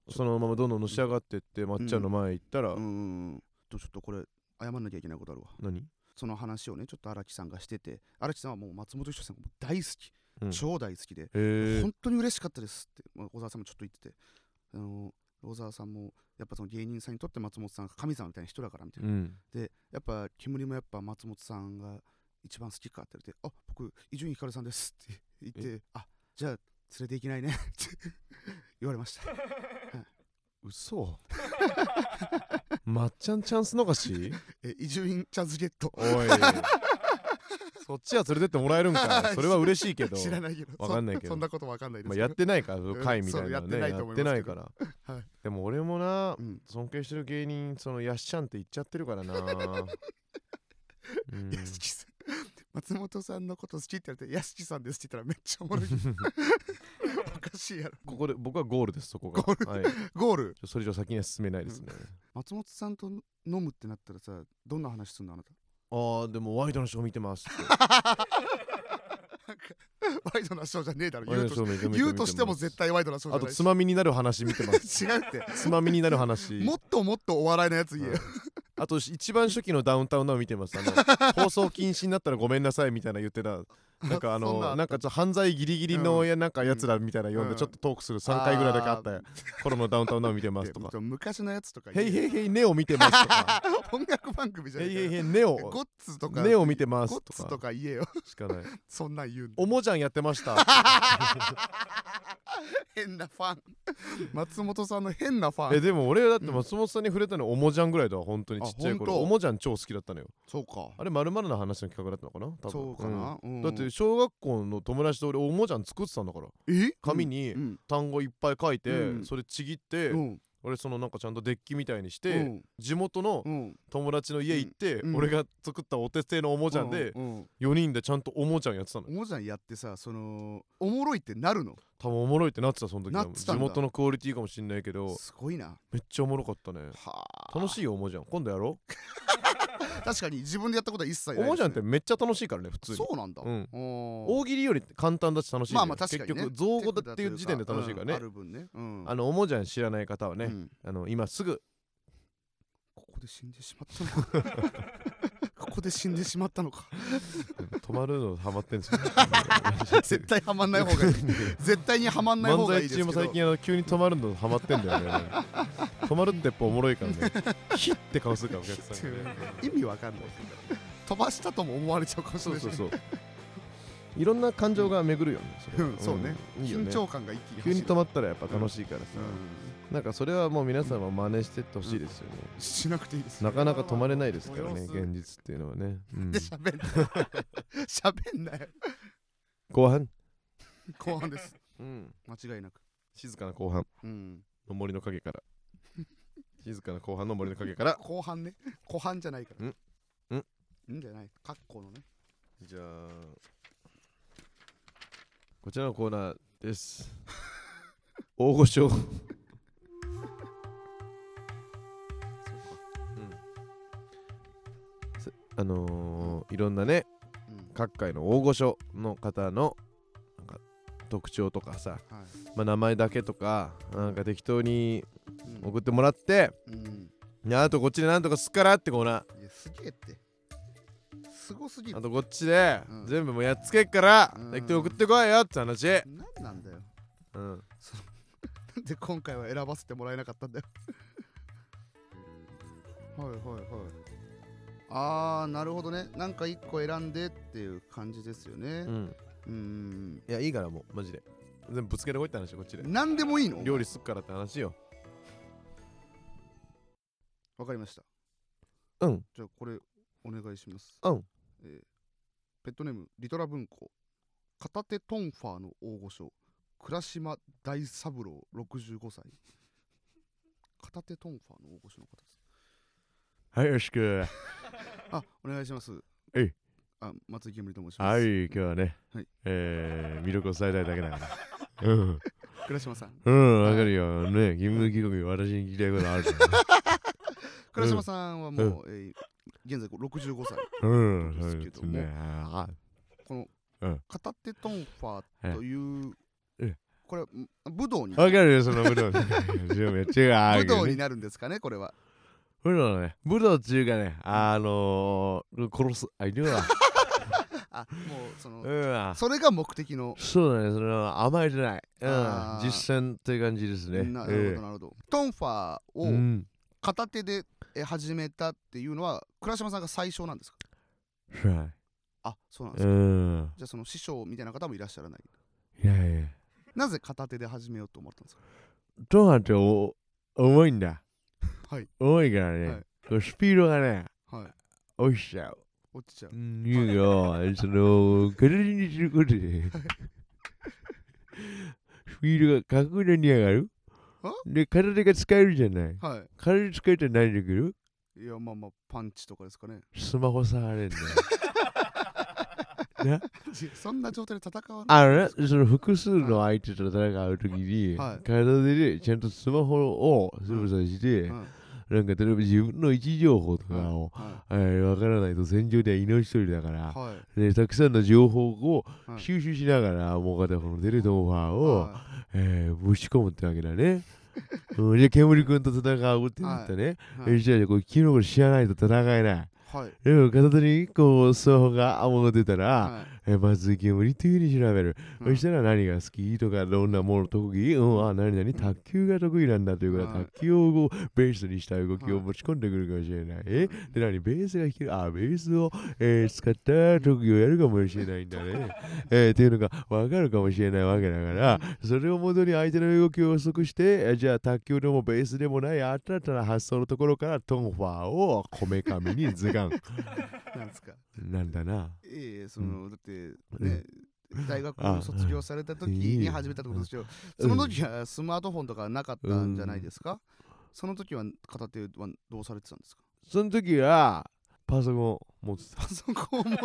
Speaker 1: そのままどんどんのし上がってってまっちゃんの前行ったら、
Speaker 2: うんうんうんとちょっとこれ謝んなきゃいけないことあるわ
Speaker 1: 何
Speaker 2: その話をねちょっと荒木さんがしてて荒木さんはもう松本人志さんがもう大好き、
Speaker 1: うん
Speaker 2: 超大好きで、
Speaker 1: えー
Speaker 2: 本当に嬉しかったですって、まあ、小沢さんもちょっと言っててあの小沢さんもやっぱその芸人さんにとって松本さんが神様みたいな人だからみたいな
Speaker 1: うん、
Speaker 2: でやっぱ煙もやっぱ松本さんが一番好きかって言われて「あ僕伊集院光さんです」って言って「あじゃあ連れていけないね」って言われました、はい
Speaker 1: 嘘まっちゃんチャンス逃 し
Speaker 2: え伊集院チャズゲット
Speaker 1: おいそっちは連れてってもらえるんかいそれは嬉しいけど
Speaker 2: 知らないけど
Speaker 1: わかんないけど
Speaker 2: そそんなことわかんないです
Speaker 1: まあ、
Speaker 2: けど、
Speaker 1: やってないからその会みたいなの
Speaker 2: そう
Speaker 1: ね
Speaker 2: やってない
Speaker 1: や
Speaker 2: と思
Speaker 1: っ
Speaker 2: い
Speaker 1: て
Speaker 2: ま
Speaker 1: な
Speaker 2: す
Speaker 1: い
Speaker 2: けど
Speaker 1: から
Speaker 2: はい
Speaker 1: でも俺もな
Speaker 2: うん
Speaker 1: 尊敬してる芸人そのやっしゃんって言っちゃってるからなうん
Speaker 2: 屋敷さん松本さんのこと好きって言われて屋敷さんですって言ったらめっちゃおもろ いおかしいやろ
Speaker 1: ここで僕はゴールですそこが
Speaker 2: ゴ
Speaker 1: はい、
Speaker 2: ゴール
Speaker 1: それ以上先には進めないですね、
Speaker 2: 松本さんと飲むってなったらさどんな話す んのあな た
Speaker 1: ああでもワイドのショー見てますって
Speaker 2: ワイドなショーじゃねえだろ
Speaker 1: ワイ
Speaker 2: 言
Speaker 1: ド
Speaker 2: う
Speaker 1: のショーめちゃ
Speaker 2: と
Speaker 1: めちゃ見てます
Speaker 2: 言うとしても絶対ワイドなショー
Speaker 1: あ
Speaker 2: じゃ
Speaker 1: と
Speaker 2: ない
Speaker 1: つまみになる話見てます
Speaker 2: し違うって
Speaker 1: つまみになる話
Speaker 2: もっともっとお笑いのやつ言えよ、
Speaker 1: あと一番初期のダウンタウンの見てますあ の放送禁止になったらごめんなさいみたいな言ってたなんかあ
Speaker 2: そ
Speaker 1: の
Speaker 2: んなあ
Speaker 1: な
Speaker 2: った
Speaker 1: んかちょっと犯罪ギリギリの
Speaker 2: うん
Speaker 1: やなんかやつらみたいな呼ん
Speaker 2: う
Speaker 1: で
Speaker 2: ん
Speaker 1: ちょっとトークする3回ぐらいだけあった
Speaker 2: あ
Speaker 1: よ頃のダウンタウンの見てますと
Speaker 2: っ
Speaker 1: か
Speaker 2: て昔のやつとか
Speaker 1: 「へいへ
Speaker 2: い
Speaker 1: いへいネオ見てます」とか
Speaker 2: 音楽番
Speaker 1: 「
Speaker 2: 組じゃ
Speaker 1: へ
Speaker 2: ね
Speaker 1: いへ
Speaker 2: え
Speaker 1: い
Speaker 2: か
Speaker 1: へいネオ
Speaker 2: らゴッツとか
Speaker 1: ネオ見てます
Speaker 2: ゴ」
Speaker 1: と
Speaker 2: ッツと
Speaker 1: か
Speaker 2: か言えよ
Speaker 1: しかない
Speaker 2: そんなん言う
Speaker 1: 「
Speaker 2: んだ
Speaker 1: おもじゃんやってま した」
Speaker 2: 変なファン松本さんの変なファ
Speaker 1: え
Speaker 2: ン
Speaker 1: でも俺だって松本さんに触れたのおもじゃんぐらいだわ本当に
Speaker 2: あ
Speaker 1: ちっちゃい頃
Speaker 2: ほんと
Speaker 1: おもじゃん超好きだったのよ
Speaker 2: そうか
Speaker 1: あれまるまるな話の企画だったのかな多分
Speaker 2: そうかな、うん
Speaker 1: うんだって小学校の友達と俺おもじゃん作ってたんだから
Speaker 2: え
Speaker 1: 紙に
Speaker 2: うん
Speaker 1: 単語いっぱい書いて、
Speaker 2: うん
Speaker 1: それちぎって、
Speaker 2: うん
Speaker 1: 俺そのなんかちゃんとデッキみたいにし
Speaker 2: う
Speaker 1: て、
Speaker 2: ん
Speaker 1: 地元の
Speaker 2: うん
Speaker 1: 友達の家行って、
Speaker 2: うんうん
Speaker 1: 俺が作ったお手製のおもちゃんで、
Speaker 2: うんうん
Speaker 1: 4人でちゃんとおもちゃんやってたの
Speaker 2: おもちゃんやってさそのおもろいってなるの
Speaker 1: 多分おもろいってなってたその時は
Speaker 2: なって
Speaker 1: 地
Speaker 2: たんだ
Speaker 1: 元のクオリティかもしんないけど
Speaker 2: すごいな
Speaker 1: めっちゃおもろかったね
Speaker 2: はあ
Speaker 1: 楽しいよおもじゃん今度やろ
Speaker 2: 確かに自分でやったことは一切な
Speaker 1: うお
Speaker 2: い
Speaker 1: もちゃんって
Speaker 2: で
Speaker 1: めっちゃ楽しいからね普
Speaker 2: す
Speaker 1: 通
Speaker 2: ね
Speaker 1: に
Speaker 2: そうなんだ
Speaker 1: うん
Speaker 2: 大
Speaker 1: 大喜利より簡単だし楽しいんだよ
Speaker 2: まあまあ確かにね
Speaker 1: 結局造語だっていう時点で楽しいからね、
Speaker 2: ある分ねうん
Speaker 1: あのおもちゃん知らない方はね、
Speaker 2: うん
Speaker 1: あの今すぐ
Speaker 2: ここで死んでしまったのか ここで死んでしまったのか
Speaker 1: 止まるのハマってんですよ
Speaker 2: 絶対ハマんない 方がいい絶対にハマんない方
Speaker 1: 漫
Speaker 2: が
Speaker 1: 才
Speaker 2: いいです
Speaker 1: 中
Speaker 2: けど
Speaker 1: も最近あの急に止まるのハマってんだよ ね止まるってやっぱおもろいからねヒッて顔するからお客さんがね
Speaker 2: 意味わかんない飛ばしたとも思われちゃうかもし
Speaker 1: そ
Speaker 2: れ
Speaker 1: う
Speaker 2: ない
Speaker 1: そうそういろんな感情が巡るよねれは
Speaker 2: うんそうね
Speaker 1: んいいよね
Speaker 2: 緊張感が一気に
Speaker 1: 急
Speaker 2: 走る
Speaker 1: に止まったらやっぱ楽しいからさ、
Speaker 2: う
Speaker 1: なんかそれはもう皆さんは真似してってほしいですよね、
Speaker 2: んしなくていいです
Speaker 1: なかなか止まれないですからね
Speaker 3: それは
Speaker 1: 現実っていうのはね、うん
Speaker 2: で喋んなよ喋んなよ
Speaker 1: 後半、
Speaker 2: 後半です間違いなく
Speaker 1: 静かな後半
Speaker 2: うん
Speaker 1: の森の影から静かな後半の森の影から
Speaker 2: 後半ね後半じゃないから
Speaker 1: んん
Speaker 2: んじゃないかっこのね
Speaker 1: じゃあこちらのコーナーです。 大御所。せあのーいろんなね
Speaker 2: うん
Speaker 1: 各界の大御所の方のなんか特徴とかさ、
Speaker 2: はい
Speaker 1: まあ、名前だけとかなんか適当に
Speaker 2: うん
Speaker 1: 送ってもらって、
Speaker 2: うん
Speaker 1: であとこっちでなんとかすっからってコーナー
Speaker 2: いやすげえってすごすぎ
Speaker 1: あ
Speaker 2: る
Speaker 1: とこっちで
Speaker 2: うん
Speaker 1: 全部もうやっつけっから
Speaker 2: うん
Speaker 1: 適当に送ってこいよって話、
Speaker 2: 何なんだよ
Speaker 1: うん、
Speaker 2: なん で今回は選ばせてもらえなかったんだよはいはいはいあーなるほどねなんか一個選んでっていう感じですよね
Speaker 1: うん、
Speaker 2: うーん
Speaker 1: いやいいからもうマジで全部ぶつけてこいって話こっちで
Speaker 2: 何でもいいの
Speaker 1: 料理すっからって話よ
Speaker 2: わかりました
Speaker 1: うん
Speaker 2: じゃあこれお願いします
Speaker 1: うん
Speaker 2: えーペットネームリトラ文庫片手トンファーの大御所倉島大三郎65歳片手トンファーの大御所の方です
Speaker 1: はいよろしく
Speaker 2: あ、お願いします。
Speaker 1: えい
Speaker 2: あ、松井煙と申します。
Speaker 1: は。い今日はね、
Speaker 2: はい
Speaker 1: えー、魅力を伝えたいだけだから うん
Speaker 2: 倉島さん。
Speaker 1: うんわかるよね義務帰国私に聞きたいことあるじ
Speaker 2: 倉島さんはもう、えー現在65歳。
Speaker 1: ゃんうん
Speaker 2: そ
Speaker 1: そうう
Speaker 2: で
Speaker 1: ですす
Speaker 2: けども
Speaker 1: ねあ
Speaker 2: こ
Speaker 1: う
Speaker 2: の
Speaker 1: ん
Speaker 2: 片手トンファーという
Speaker 1: え、
Speaker 2: これはん武道に
Speaker 1: わかるよその 武道めっちゃあ
Speaker 2: 武
Speaker 1: るけ
Speaker 2: 道
Speaker 1: ど
Speaker 2: に
Speaker 1: ね
Speaker 2: なるんですかね、これは。
Speaker 1: 武道のね武道っていうかねあのー、殺すあいる わ
Speaker 2: あ、もうその
Speaker 1: う、んわ
Speaker 2: それが目的の。
Speaker 1: そうだね、それは甘えてない。うん
Speaker 2: あ、ー
Speaker 1: 実践って感じですね。
Speaker 2: なるほど、
Speaker 1: え
Speaker 2: なるほど。トンファ
Speaker 1: え
Speaker 2: ー
Speaker 1: う
Speaker 2: を
Speaker 1: ん。
Speaker 2: 片手でえー始めたっていうのは、倉島さんが最初なんですか
Speaker 1: そうだね
Speaker 2: あ、そうなんです
Speaker 1: う
Speaker 2: か。
Speaker 1: ん。
Speaker 2: じゃあその師匠みたいな方もいらっしゃらない。
Speaker 1: いやいや。
Speaker 2: なぜ片手で始めようと思ったんですか
Speaker 1: どうやってお重いんだ。
Speaker 2: はい。
Speaker 1: 重いからね。
Speaker 2: はい
Speaker 1: こうスピードがね、
Speaker 2: はい
Speaker 1: 落ちちゃう。
Speaker 2: 落ちちゃう
Speaker 1: うん、いいよ。その、形にすることで、スピードが角度に上がる
Speaker 2: あ。
Speaker 1: で、体が使えるじゃない。
Speaker 2: は
Speaker 1: 体使えたら何できる
Speaker 2: いいやまあまあパンチとかですかね
Speaker 1: スマホ触れんだよ。
Speaker 2: そんな状態で戦わな
Speaker 1: あ
Speaker 2: い
Speaker 1: のね、その複数の相手と戦うときに、
Speaker 2: はい
Speaker 1: 体でね、ちゃんとスマホを操作して、
Speaker 2: うんはい
Speaker 1: なんか例えば自分の位置情報とかを、
Speaker 2: は
Speaker 1: えーわからないと戦場では命取りだから、
Speaker 2: いはい
Speaker 1: でたくさんの情報を
Speaker 2: はい
Speaker 1: 収集しながら、もう片方のテレトンファーを、
Speaker 2: は
Speaker 1: えーぶち込むってわけだね。 うん、じゃあ煙くんと戦うってなったね。
Speaker 2: いはい
Speaker 1: えじゃあこう昨日これ知らないと戦えない。
Speaker 2: はい
Speaker 1: でも片手にこうスマホが戻ってたら、
Speaker 2: は
Speaker 1: えまず煙っていうふうに調べる、
Speaker 2: う
Speaker 1: そ
Speaker 2: ん
Speaker 1: したら何が好きとかどんなもの特技うんあ何々卓球が得意なんだということは、
Speaker 2: はい
Speaker 1: 卓球をベースにした動きを
Speaker 2: はい
Speaker 1: 持ち込んでくるかもしれない、えで何ベースが弾けるあベースを、えー使った特技をやるかもしれないんだね、えーっていうのが分かるかもしれないわけだからそれをもとに相手の動きを予測してえーじゃあ卓球でもベースでもない新たな発想のところからトンファーをこめかみに図 鑑
Speaker 2: いなんですか
Speaker 1: なんだな。
Speaker 2: ええそのだって
Speaker 1: う
Speaker 2: ね大学を卒業された時
Speaker 1: いい
Speaker 2: に
Speaker 1: よ
Speaker 2: 始めたってことですよ
Speaker 1: う
Speaker 2: そ
Speaker 1: ん
Speaker 2: の時はスマートフォンとかなかったんじゃないですかその時は片手はどうされてたん ですか
Speaker 1: その時はパソコン持ってた。
Speaker 2: パソコンを持って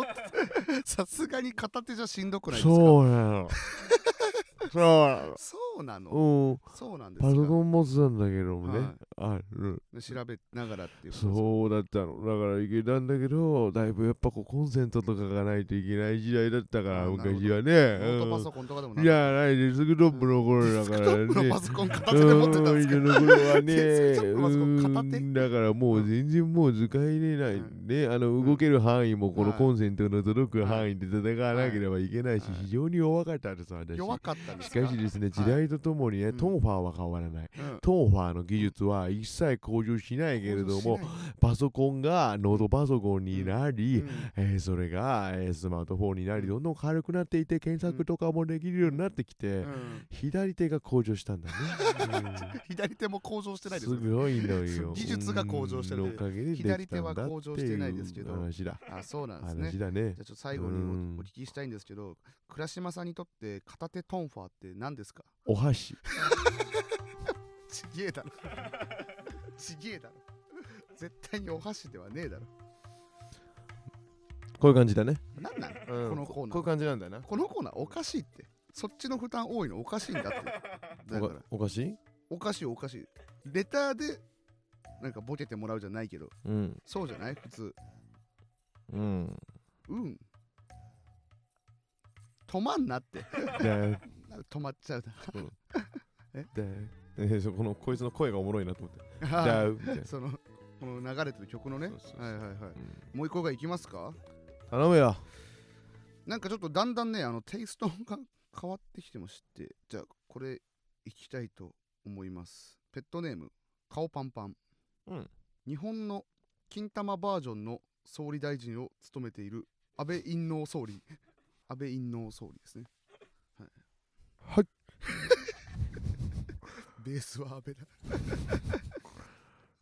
Speaker 2: さすがに片手じゃしんどくないですか
Speaker 1: そうなの。 そう
Speaker 2: そうなの
Speaker 1: うん、
Speaker 2: そうなんです
Speaker 1: パ
Speaker 2: か
Speaker 1: ソコン持ってたんだけどもね、
Speaker 2: は
Speaker 1: あうん
Speaker 2: い調べながらっていうことですか
Speaker 1: そうだったのだからいけたんだけどだいぶやっぱこうコンセントとかがないといけない時代だったから
Speaker 2: あーなるほど
Speaker 1: 昔はね
Speaker 2: ノートパソコンとかでも
Speaker 1: う
Speaker 2: なんく
Speaker 1: いやないデスクトップの頃だ
Speaker 2: デス
Speaker 1: か
Speaker 2: クト
Speaker 1: ら
Speaker 2: ップの
Speaker 1: ね
Speaker 2: パソコン片手で持ってたんですけど
Speaker 1: うん、の頃 はね、
Speaker 2: デスクトップのパソコン片手
Speaker 1: うーんだからもう全然もう使いれない、
Speaker 2: うん
Speaker 1: ね、あの動ける範囲もこの
Speaker 2: はい
Speaker 1: コンセントの届く範囲で戦わなければいけないし、
Speaker 2: はい
Speaker 1: 非常に弱かったです、私。
Speaker 2: 弱かったんで
Speaker 1: し
Speaker 2: す
Speaker 1: か
Speaker 2: か
Speaker 1: しですね、時代とともにね、
Speaker 2: うん
Speaker 1: トンファーは変わらない。
Speaker 2: うん
Speaker 1: トンファーの技術は一切向上しないけれども
Speaker 2: 向、上し
Speaker 1: パソコンがノートパソコンになり、
Speaker 2: ないうん
Speaker 1: えーそれが、えースマートフォンになり、
Speaker 2: うん
Speaker 1: どんどん軽くなっていて、検索とかもできるようになってきて、
Speaker 2: うん
Speaker 1: 左手が向上したんだ ね。うん
Speaker 2: 左手も向上してないですすよね
Speaker 1: ごいのよ。
Speaker 2: 技術が向上してる
Speaker 1: うんのおかげで
Speaker 2: 左手は向上してないですけど
Speaker 1: できたんだっていう話だ。
Speaker 2: あそうなんですね
Speaker 1: 話だね
Speaker 2: じゃあ。ちょっと最後にお
Speaker 1: うん
Speaker 2: お聞きしたいんですけど、倉島さんにとって片手トンファーって何ですか
Speaker 1: お箸。
Speaker 2: ちげえだろ。 ちげえだろ。絶対にお箸ではねえだろ。
Speaker 1: こういう感じだね。
Speaker 2: なんなの、
Speaker 1: うん
Speaker 2: このコーナー
Speaker 1: こういう感じなんだよな。
Speaker 2: このコーナーおかしいって。そっちの負担多いのおかしいんだ って。だ
Speaker 1: お
Speaker 2: か、
Speaker 1: からおかしい
Speaker 2: おかしいおかしい。レターで、なんかボケてもらうじゃないけど、
Speaker 1: うん。
Speaker 2: そうじゃない普通。
Speaker 1: うん。
Speaker 2: うん。止まんなって。
Speaker 1: だ、だ、
Speaker 2: 止まっちゃうな。
Speaker 1: えそうこのこいつの声がおもろいなと思って。
Speaker 2: あ
Speaker 1: だ、
Speaker 2: ー
Speaker 1: みたいな。
Speaker 2: その、この流れてる曲のね。
Speaker 1: そうそうそう
Speaker 2: はいはいはい。
Speaker 1: うん
Speaker 2: もう一個がいきますか
Speaker 1: 頼むよ。
Speaker 2: なんかちょっとだんだんね、あのテイストが変わってきてまして、じゃあこれいきたいと思います。ペットネーム、顔パンパン。
Speaker 1: うん
Speaker 2: 日本の金玉バージョンの総理大臣を務めている安倍陰謀総理。安倍陰謀総理ですね。はい。
Speaker 1: はい
Speaker 2: ベースは安倍だ。
Speaker 1: よ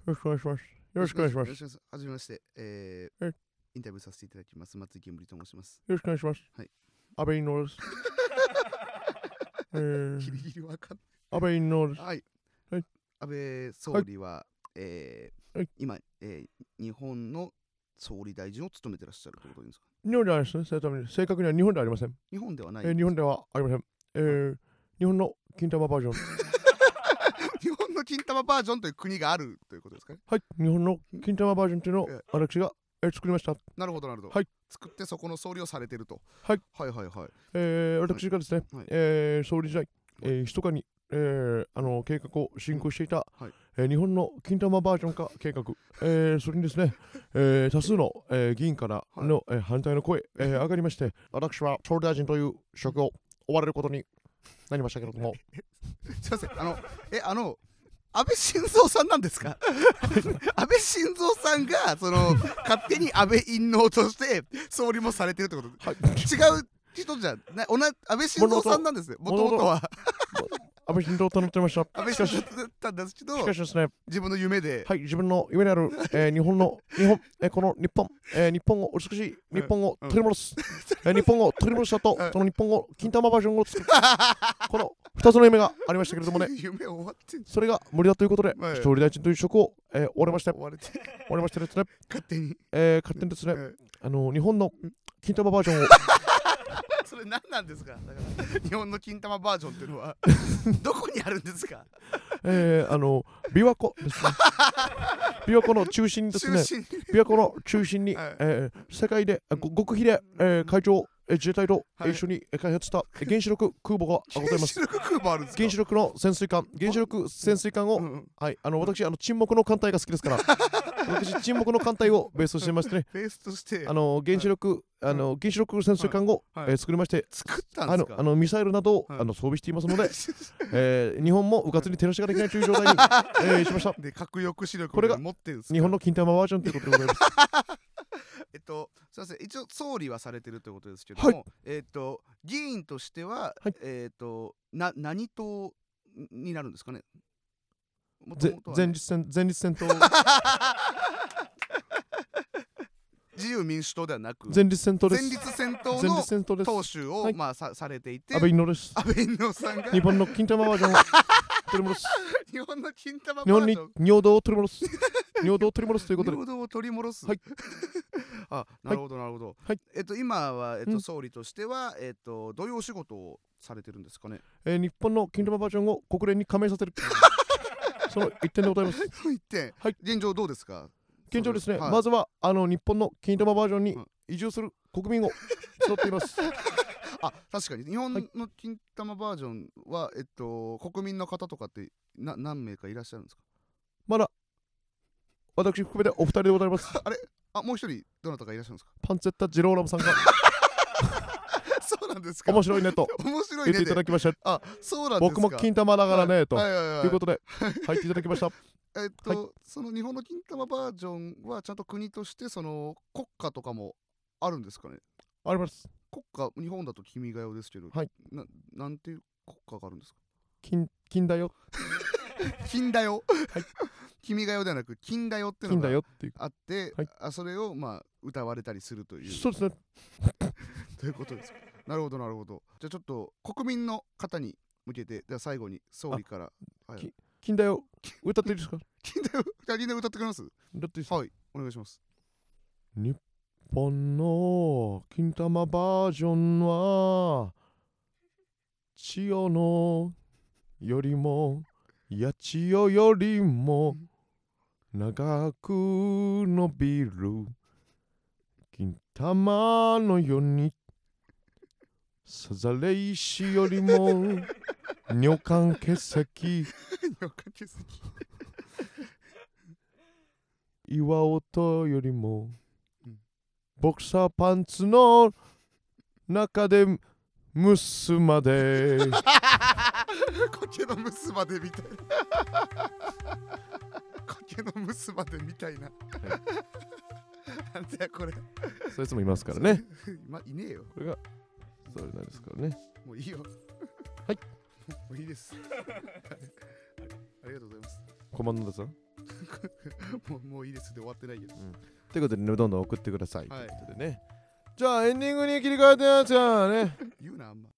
Speaker 1: ろしくお願いします。よろしくお願いします。よ
Speaker 2: よろくお願いしますはじめまして、えー
Speaker 1: はい
Speaker 2: インタビューさせていただきます。松井健ぶりと申します。
Speaker 1: ろしくお願いします。
Speaker 2: はい。
Speaker 1: 安倍ノー です。えー
Speaker 2: ギリギリわかん
Speaker 1: 安倍ノーです。
Speaker 2: はい。
Speaker 1: はい
Speaker 2: 安倍総理は、えー
Speaker 1: はい
Speaker 2: 今、えー日本の総理大臣を務めてらっしゃるということですか
Speaker 1: 日本ではありません。正確には日本ではありません。
Speaker 2: 日本ではない、
Speaker 1: えー日本ではありません。えー日本の金玉バージョン。
Speaker 2: 日本の金玉バージョンという国があるということですかね。
Speaker 1: はい、日本の金玉バージョンというのを
Speaker 2: え
Speaker 1: 私が、えー作りました。
Speaker 2: なるほど、なるほど。
Speaker 1: はい
Speaker 2: 作ってそこの総理をされてると。
Speaker 1: はい、
Speaker 2: はいはいはい。
Speaker 1: えー私がですね、
Speaker 2: はい
Speaker 1: えー総理時代、えー、密かに、えーあの計画を進行していた、
Speaker 2: はい
Speaker 1: えー日本の金玉バージョン化計画、えーそれにです ね、えー多数の、えー議員からの、えー反対の声、えー上がりまして、私は総理大臣という職を追われることになりましたけれども、
Speaker 2: すいません、あの、え、あの、安倍晋三さんなんですか 安倍晋三さんが、その、勝手に安倍陰謀として総理もされてるってこと
Speaker 1: はい、
Speaker 2: 違う人じゃない、おな安倍晋三さんなんですね。も
Speaker 1: 元
Speaker 2: と
Speaker 1: 々
Speaker 2: もとは。
Speaker 1: 安倍晋三と名乗ってました。
Speaker 2: 安倍首相だったんですけど
Speaker 1: しかしですね、
Speaker 2: 自分の夢で、
Speaker 1: はい、自分の夢である、えー、日本の、日本、えー、この日本、えー、日本を美しい日本を取り戻す、えー、日本を取り戻したと
Speaker 2: うん、
Speaker 1: その日本を金玉バージョンを作る、この2つの夢がありましたけれどもね、
Speaker 2: 夢終わってんじ
Speaker 1: それが無理だということで、
Speaker 2: はい
Speaker 1: 総理大臣という職を、えー、終わりまして、
Speaker 2: ゃん
Speaker 1: 終
Speaker 2: 終われて
Speaker 1: わりましてですね、
Speaker 2: 勝手に
Speaker 1: えー、勝手にですね、
Speaker 2: うん
Speaker 1: あの日本の金玉バージョンを、
Speaker 2: それ何なんですかだから日本の金玉バージョンっていう のはどこにあるんですか
Speaker 1: えー、あの琵琶湖です ね、琵琶湖の中心にです
Speaker 2: 中
Speaker 1: ね、
Speaker 2: 心に
Speaker 1: 琵琶湖の中心に、
Speaker 2: はい
Speaker 1: えー世界で、あご極秘で、えー海上えー自衛隊と
Speaker 2: はい
Speaker 1: 一緒にえー開発 したえー原子力空母がございます。
Speaker 2: 原子力空母あるんですか
Speaker 1: 原子力の潜水艦、原子力潜水艦を、
Speaker 2: うんうん
Speaker 1: はい、あの私あの、沈黙の艦隊が好きですから、 私、沈黙の艦隊をベースとしてましてね、
Speaker 2: ベースとして
Speaker 1: あの原子力、あの原子力潜水艦を、
Speaker 2: はい
Speaker 1: えー作りまして、
Speaker 2: 作ったん
Speaker 1: あ
Speaker 2: で
Speaker 1: の
Speaker 2: すか
Speaker 1: あのミサイルなどを、
Speaker 2: はい
Speaker 1: あの装備していますので、えー日本もうかつに手出しができないという状 態に、えーしました。
Speaker 2: で核抑止力
Speaker 1: これが
Speaker 2: を持ってるんですか
Speaker 1: 日本の金玉バージョンということでございます。
Speaker 2: えっとすいません一応総理はされてるということですけど
Speaker 1: は
Speaker 2: も、
Speaker 1: い
Speaker 2: えっと議員としては、
Speaker 1: はい
Speaker 2: えっとな何党になるんですかね元
Speaker 1: ぜ
Speaker 2: 々はね
Speaker 1: 前立腺、前立腺と。
Speaker 2: 自由民主党ではなく
Speaker 1: 前立腺党で
Speaker 2: 前
Speaker 1: す。
Speaker 2: 立戦闘
Speaker 1: 前
Speaker 2: の
Speaker 1: 立腺党です。
Speaker 2: 党首を、
Speaker 1: はい
Speaker 2: まあ、さされていて
Speaker 1: 安倍
Speaker 2: 安
Speaker 1: 稲です。
Speaker 2: 倍晋三さんが
Speaker 1: 日本の金玉 バージョンを取り戻す。
Speaker 2: 日本の金玉
Speaker 1: 日
Speaker 2: バ
Speaker 1: 本
Speaker 2: ー
Speaker 1: に
Speaker 2: ジョン
Speaker 1: 尿道を取り戻 す。尿道を取り戻すということで。
Speaker 2: 領土を取り戻す、
Speaker 1: はい
Speaker 2: あなるほどなるほど、
Speaker 1: はい
Speaker 2: えっと今は、えっ
Speaker 1: う
Speaker 2: と、
Speaker 1: ん
Speaker 2: 総理としては、えっとどういうお仕事をされてるんですかね
Speaker 1: えー日本の金玉バージョンを国連に加盟さ せる。その一点でございます。
Speaker 2: と言って、
Speaker 1: はい
Speaker 2: 現状どうですか
Speaker 1: 現状ですね、
Speaker 2: はい
Speaker 1: まずはあの日本の金玉バージョンに
Speaker 2: うん
Speaker 1: 移住する国民を募ってい ます。
Speaker 2: あ確かに日本
Speaker 1: はい
Speaker 2: の金玉バージョンは、えっと国民の方とかってな何名かいらっしゃるんですか
Speaker 1: まだ私含めてお二人でございます。
Speaker 2: あもう一人どなたかいらっしゃるんですか
Speaker 1: パンツェッタ・ジローラムさんが
Speaker 2: そうなんですか
Speaker 1: 面白いねと
Speaker 2: 面白い
Speaker 1: 言ってい
Speaker 2: ね
Speaker 1: た
Speaker 2: で
Speaker 1: だきました。
Speaker 2: あそうなんです
Speaker 1: 僕
Speaker 2: か
Speaker 1: も金玉だからねと。
Speaker 2: はいはいはいはい
Speaker 1: ということで、入っていただきました。
Speaker 2: えっと、その日本の金玉バージョンはちゃんと国としてその国家とかもあるんですかね
Speaker 1: あります。
Speaker 2: 国家日本だと君が代ですけど、
Speaker 1: はい
Speaker 2: ななんていう国家があるんですか
Speaker 1: 金、金だよ、
Speaker 2: 金だよ、 君が代ではなく金だよっていう
Speaker 1: 金
Speaker 2: の
Speaker 1: だ
Speaker 2: が
Speaker 1: よっていう。
Speaker 2: あって、
Speaker 1: はい
Speaker 2: あそれをまあ歌われたりするという
Speaker 1: そうですね。
Speaker 2: ということですかなるほどなるほどじゃあちょっと国民の方に向けてじゃあ最後に総理から
Speaker 1: 金だよ、歌っていいですか
Speaker 2: 金だよじゃあみんな歌ってくれます
Speaker 1: だっていいですか
Speaker 2: はいお願いし ます
Speaker 1: 日本の金玉バージョンは、千代のよりも、八千代よりも、長く伸びる。金玉のように、サザレ石よりも、尿管結石。
Speaker 2: わかりやすい
Speaker 1: 岩音よりも
Speaker 2: うん
Speaker 1: ボクサーパンツの中で蒸すまで
Speaker 2: 苔のむすまでみたいな 苔のむすまでみたいななんだよこ
Speaker 1: そういう
Speaker 2: れ
Speaker 1: やつもいますからね
Speaker 2: まいねえよ
Speaker 1: これがそれなんですからね
Speaker 2: もういいよ
Speaker 1: はい
Speaker 2: もういいですありがとうございます
Speaker 1: コマンドださん
Speaker 2: もうもういいですで終わってないけど
Speaker 1: ということでねどんどん送ってください、
Speaker 2: はい
Speaker 1: ということでねじゃあエンディングに切り替えてやつやね
Speaker 2: 言うなあんま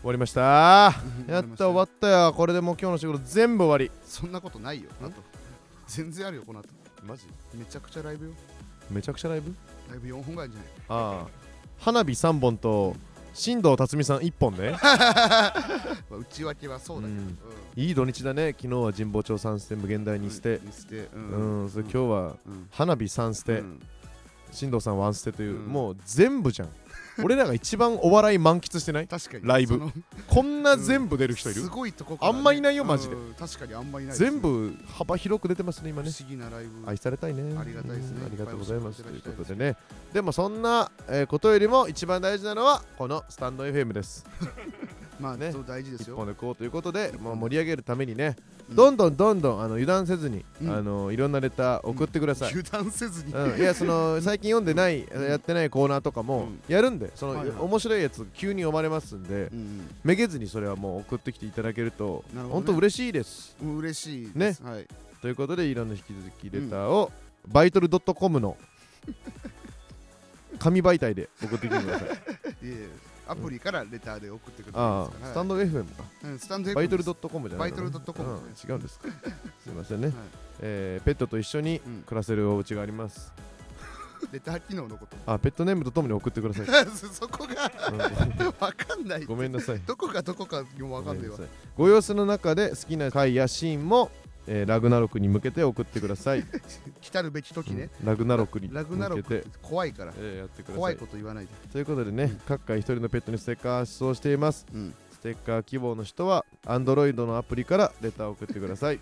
Speaker 1: 終わりましたやっ
Speaker 2: りました
Speaker 1: た終わったよこれでもう今日の仕事全部終わ
Speaker 2: そんなことないよあと全然あるよこの後
Speaker 1: りマジ
Speaker 2: めちゃくちゃライブよ
Speaker 1: めちゃくちゃライブ
Speaker 2: ライブ4本ぐらいじゃない
Speaker 1: ああ花火3本と新藤辰巳さん1本 ね
Speaker 2: まあ内訳はそうだけど、
Speaker 1: う
Speaker 2: うんん
Speaker 1: いい土日だね昨日は神保町3ステ無限大に捨て
Speaker 2: に捨てう
Speaker 1: うん、それ今日は
Speaker 2: うん
Speaker 1: 花火3ステ、
Speaker 2: うん
Speaker 1: 新藤さん1ステという、
Speaker 2: うん
Speaker 1: もう全部じゃん俺らが一番お笑い満喫して ない
Speaker 2: 確かに
Speaker 1: ライブ
Speaker 2: その
Speaker 1: こんな全部出る人いる、
Speaker 2: すごいとこからね
Speaker 1: あんまいないよマジで
Speaker 2: うん確かにあんまいないですね
Speaker 1: 全部幅広く出てますね今
Speaker 2: 不
Speaker 1: ね
Speaker 2: 思議なライブ
Speaker 1: 愛されたいね
Speaker 2: ありがたいですね
Speaker 1: うんありがとうございます
Speaker 2: いっ
Speaker 1: と
Speaker 2: ぱい
Speaker 1: い
Speaker 2: 教
Speaker 1: う
Speaker 2: えていただきたい
Speaker 1: こ
Speaker 2: です
Speaker 1: とでねでもそんな、えーことよりも一番大事なのはこのスタンド FM です
Speaker 2: まあ、
Speaker 1: ね
Speaker 2: そう大事です
Speaker 1: 一
Speaker 2: よ
Speaker 1: 本でこうということで、まあ、盛り上げるためにね、
Speaker 2: うん
Speaker 1: どんどんどんどんあの油断せずに、
Speaker 2: うん
Speaker 1: あのいろんなレター送ってください、
Speaker 2: 油断せずに、
Speaker 1: うん、いやその最近読んでないやってないコーナーとかも
Speaker 2: うん
Speaker 1: やるんでその、
Speaker 2: はいはい
Speaker 1: 面白いやつ急に読まれますんで
Speaker 2: うん
Speaker 1: めげずにそれはもう送ってきていただけると
Speaker 2: なるほどね
Speaker 1: 本当嬉しいです
Speaker 2: うん嬉しいです、はい
Speaker 1: ということでいろんな引き続きレターを、バイトル .com の紙媒体で 送ってきてください
Speaker 2: いえいえアプリからレターで送ってくだ
Speaker 1: あ
Speaker 2: さい
Speaker 1: あスタンド FM か
Speaker 2: ド、うん、スタンド FM
Speaker 1: バイトル
Speaker 2: です
Speaker 1: .com じゃないの
Speaker 2: バイトル .com
Speaker 1: うん違うん ですかすいませんね、
Speaker 2: はい
Speaker 1: えーペットと一緒に
Speaker 2: うん
Speaker 1: 暮らせるお家があります、
Speaker 2: レター機能のこと
Speaker 1: あペットネームとともに送ってくださ い、
Speaker 2: そそこが
Speaker 1: う
Speaker 2: わかんない
Speaker 1: んごめんなさい
Speaker 2: どこがどこかもわかんないわ
Speaker 1: ごめんなさいご様子の中で好きな回やシーンも、えーラグナロクに向けて送ってください、
Speaker 2: 来たるべき時ね、
Speaker 1: うんラグナロクに
Speaker 2: ラグナ
Speaker 1: 向
Speaker 2: ロ
Speaker 1: け
Speaker 2: クってて、怖いから
Speaker 1: えーやってくだ
Speaker 2: 怖
Speaker 1: さ
Speaker 2: い
Speaker 1: い
Speaker 2: こと言わないで、
Speaker 1: ということでね、各界一人のペットにステッカー発送しています
Speaker 2: うん、
Speaker 1: ステッカー希望の人は Android のアプリからレターを送ってくだ さい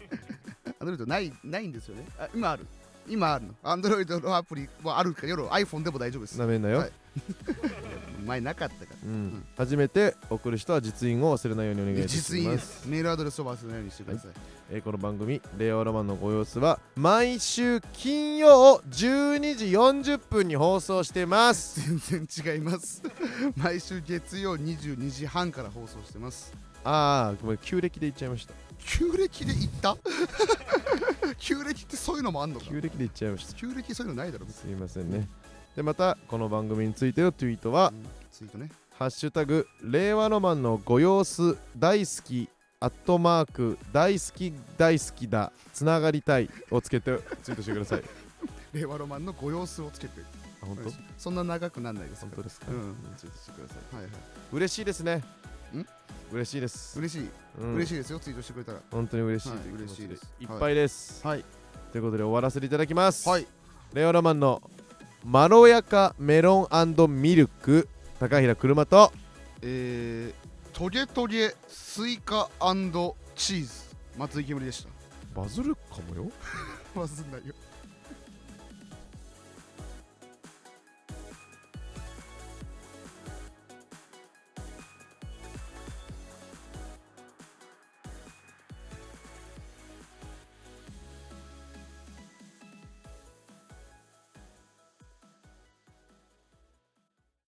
Speaker 2: アンドロイドないないんですよねあ今ある今あるのアンドロイドのアプリはあるか夜 iPhone でも大丈夫です
Speaker 1: なめんなよ、
Speaker 2: はい前なかったか
Speaker 1: うん
Speaker 2: ん
Speaker 1: 初めて送る人は実印を忘れないようにお願い
Speaker 2: ら
Speaker 1: いたし
Speaker 2: 実印
Speaker 1: ま
Speaker 2: ですすメールアドレスを忘れないようにしてください、
Speaker 1: えーこの番組「令和ロマンのご様子」は毎週金曜12時40分に放送してます
Speaker 2: 全然違います 毎週月曜22時半から放送してます
Speaker 1: ああごめん旧暦で言っちゃいました
Speaker 2: 旧暦で行った 旧暦ってそういうのもあんのか
Speaker 1: 旧暦で言っちゃいました
Speaker 2: 旧暦そういうのないだろ別に
Speaker 1: すいませんねでまたこの番組についてのツイートは
Speaker 2: うんツイートね
Speaker 1: 「ハッシュタグ令和ロマンのご様子大好き」アットマーク大好き大好きだつながりたいをつけてツイートしてくだ さい
Speaker 2: 令和ロマンのご様子をつけて
Speaker 1: あ本当
Speaker 2: そんな長くなんないです
Speaker 1: 本
Speaker 2: か
Speaker 1: 当ですか、
Speaker 2: うん
Speaker 1: ツイートしてください
Speaker 2: らはいはい
Speaker 1: 嬉しいですね
Speaker 2: ん
Speaker 1: 嬉しいです、
Speaker 2: 嬉しい、
Speaker 1: うん
Speaker 2: 嬉しいですよツイートしてくれたら
Speaker 1: 本当に嬉しいという
Speaker 2: はい
Speaker 1: 気持ちで、
Speaker 2: 嬉しい
Speaker 1: い
Speaker 2: で
Speaker 1: っ
Speaker 2: す
Speaker 1: ぱいです、
Speaker 2: はい
Speaker 1: ということで終わらせていただきます、
Speaker 2: はい
Speaker 1: レオロマンのまろやかメロンミルク高平車と
Speaker 2: えー、トゲトゲスイカチーズ松井けむりでした
Speaker 1: バズるかもよ
Speaker 2: 忘んないよ